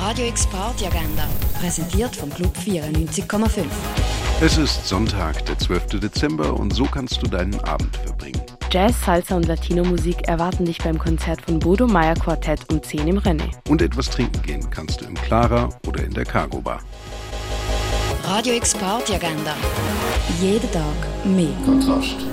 Radio X Party Agenda, präsentiert vom Club 94,5. Es ist Sonntag, der 12. Dezember und so kannst du deinen Abend verbringen. Jazz, Salsa und Latino-Musik erwarten dich beim Konzert von Bodo Meyer Quartett um 10 im René. Und etwas trinken gehen kannst du im Clara oder in der Cargo Bar. Radio X Party Agenda. Jeden Tag mehr. Kontrast.